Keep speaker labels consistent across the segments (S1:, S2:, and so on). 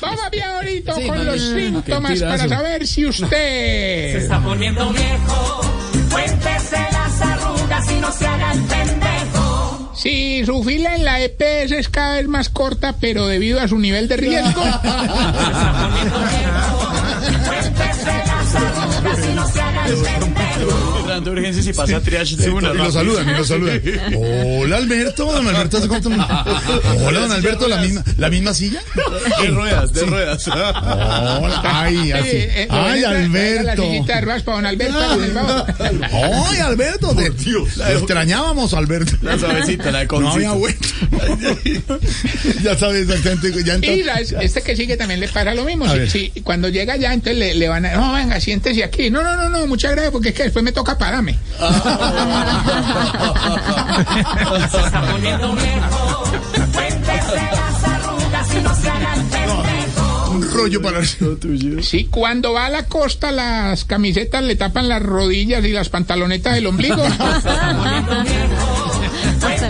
S1: Vamos a ver ahorita
S2: Sí,
S1: con
S2: más
S1: los
S2: bien,
S1: síntomas
S2: qué tirazo.
S1: para saber si usted.
S3: está poniendo viejo. Cuéntese las arrugas y no se haga el pendejo.
S1: Si su fila en la EPS es cada vez más corta, pero debido a su nivel de riesgo.
S3: Cuéntese las arrugas y no se haga el pendejo.
S4: Entrando a urgencias y pasa triage de una.
S5: Y lo saludan, y lo saludan. Hola Alberto, don Alberto hace cuánto no- Hola don Alberto, la misma, la misma silla.
S4: De ruedas, de ruedas.
S5: Hola, ay, así.
S1: Eh, eh,
S5: Ay
S1: la- la- La
S5: Alberto.
S1: sillita pues, de ruedas para don Alberto.
S5: Ay Alberto, te, te extrañábamos Alberto.
S4: La suavecita, la
S5: No había
S4: concita.
S5: vuelto. ya sabes exactamente. Ya
S1: Y
S5: entonces-
S1: las- este que sigue también le pasa lo mismo.
S5: A
S1: Si-
S5: ver.
S1: si- cuando llega ya, entonces le, le van a no, venga, siéntese aquí. No, no, no, no, muchas gracias, porque es que después me toca pararme.
S3: Se está poniendo viejo. Cuéntese las arrugas y no se haga el pendejo.
S5: un rollo para.
S1: Sí, cuando va a la costa, las camisetas le tapan las rodillas y las pantalonetas del ombligo.
S6: Hasta las rodillas.
S3: Las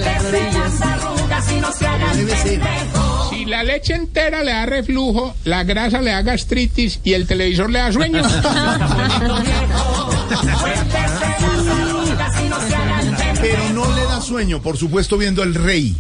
S3: arrugas y no se haga el pendejo.
S1: si la leche entera le da reflujo, la grasa le da gastritis y el televisor le da sueño.
S3: Cuéntese las arrugas y no se haga el pendejo.
S5: Pero no le da sueño, por supuesto, viendo al rey.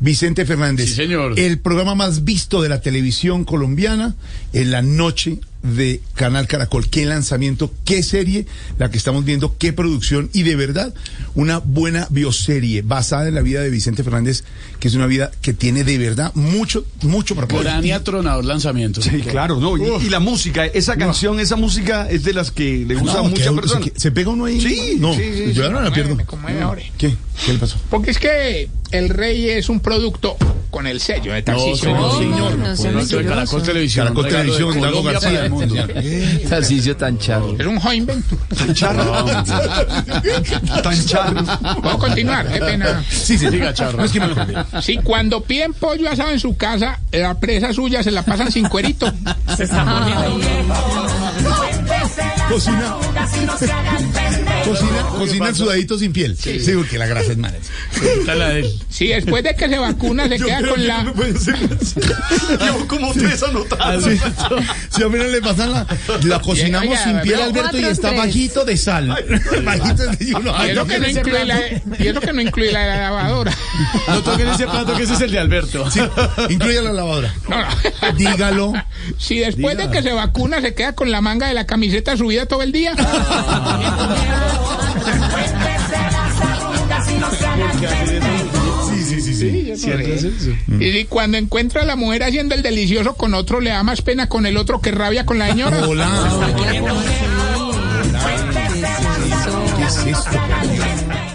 S5: Vicente Fernández.
S4: Sí, señor.
S5: El programa más visto de la televisión colombiana en la noche de Canal Caracol. Qué lanzamiento, qué serie la que estamos viendo, qué producción y de verdad una buena bioserie basada en la vida de Vicente Fernández, que es una vida que tiene de verdad mucho, mucho para poder.
S4: Corania tronador lanzamiento.
S7: Sí, claro, no. Y, y la música, esa canción, esa música es de las que le gusta a
S5: No,
S7: muchas
S5: qué-
S7: personas.
S5: ¿Se, se pega uno ahí?
S7: Sí,
S5: no,
S7: sí, sí,
S5: yo
S7: sí.
S5: no la pierdo.
S1: Me conmueve ahora.
S5: ¿Qué? ¿Qué le pasó?
S1: Porque es que el rey es un producto con el sello de Tarcisio.
S4: señor,
S1: Gómez.
S6: No, no
S4: Producto
S6: sea
S4: de
S6: mentiroso.
S4: Caracol Televisión.
S5: Caracol
S4: regalo de
S5: Televisión, Lago
S4: Colombia para
S5: García.
S4: el mundo.
S2: Tarcicio tan charro.
S1: Es un joint venture.
S7: Tan charro.
S1: Puedo continuar, qué pena.
S5: Sí, sí,
S4: Diga, charro.
S5: No es que me lo cambié.
S1: Si cuando piden pollo asado en su casa, la presa suya se la pasan sin cuerito.
S5: Cocina, cocina, cocina el sudadito sin piel. Sí, porque la grasa es mala.
S4: Está la de
S1: Si después de que se vacuna se queda con la...
S4: Yo como ustedes anotaron.
S5: Sí. Si a mí no le pasan la, la cocinamos
S1: Oiga,
S5: sin piel,
S1: pero
S5: Alberto, y
S6: cuatro,
S5: está
S6: tres.
S5: bajito de sal. Bajito de y uno,
S1: Y
S5: ay,
S1: es,
S5: no,
S1: lo que no incluye la, y es lo que no incluye la lavadora.
S4: No toquen ese plato que ese es el de Alberto.
S5: sí, incluya la lavadora.
S1: No, no.
S5: Dígalo.
S1: Si después de que se vacuna se queda con la manga de la camiseta subida todo el día.
S5: Ah. Sí, sí, sí, sí.
S1: Y si cuando encuentra a la mujer haciendo el delicioso con otro, le da más pena con el otro que rabia con la señora.
S5: Hola.
S6: ¿Qué es eso?
S5: ¿Qué es esto?